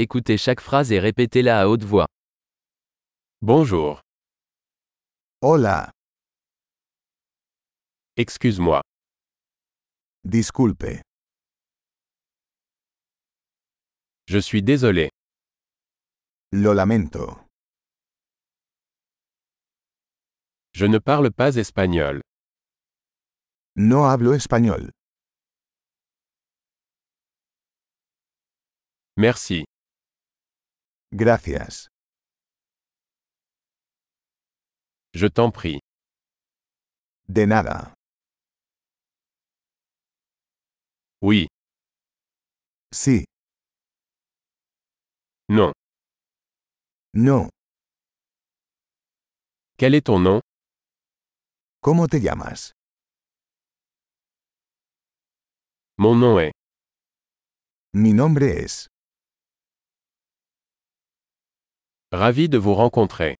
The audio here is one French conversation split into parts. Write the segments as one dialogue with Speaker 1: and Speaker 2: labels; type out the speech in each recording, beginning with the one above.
Speaker 1: Écoutez chaque phrase et répétez-la à haute voix.
Speaker 2: Bonjour,
Speaker 3: Hola,
Speaker 2: excuse-moi,
Speaker 3: disculpe,
Speaker 2: je suis désolé,
Speaker 3: lo lamento.
Speaker 2: je ne parle pas espagnol.
Speaker 3: No hablo español.
Speaker 2: Merci,
Speaker 3: Gracias.
Speaker 2: je t'en prie.
Speaker 3: De nada.
Speaker 2: Oui,
Speaker 3: Sí,
Speaker 2: non.
Speaker 3: no.
Speaker 2: Quel est ton nom
Speaker 3: ¿Cómo te llamas?
Speaker 2: Mon nom est.
Speaker 3: Mi nombre es.
Speaker 2: Ravi de vous rencontrer.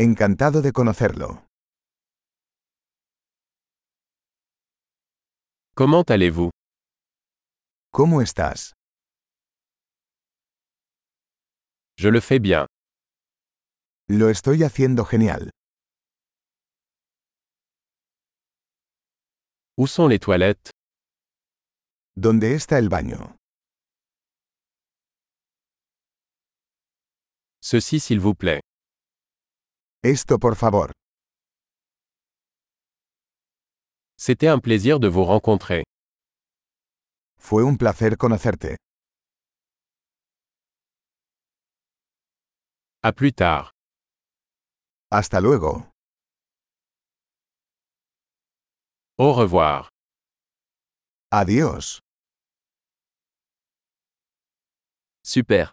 Speaker 3: Encantado de conocerlo.
Speaker 2: Comment allez-vous
Speaker 3: ¿Cómo estás?
Speaker 2: Je le fais bien.
Speaker 3: Lo estoy haciendo genial.
Speaker 2: Où sont les toilettes
Speaker 3: ¿Dónde está el baño?
Speaker 2: Ceci s'il vous plaît.
Speaker 3: Esto por favor.
Speaker 2: C'était un plaisir de vous rencontrer.
Speaker 3: Fue un placer conocerte.
Speaker 2: À plus tard.
Speaker 3: Hasta luego.
Speaker 2: Au revoir.
Speaker 3: Adiós.
Speaker 1: Super.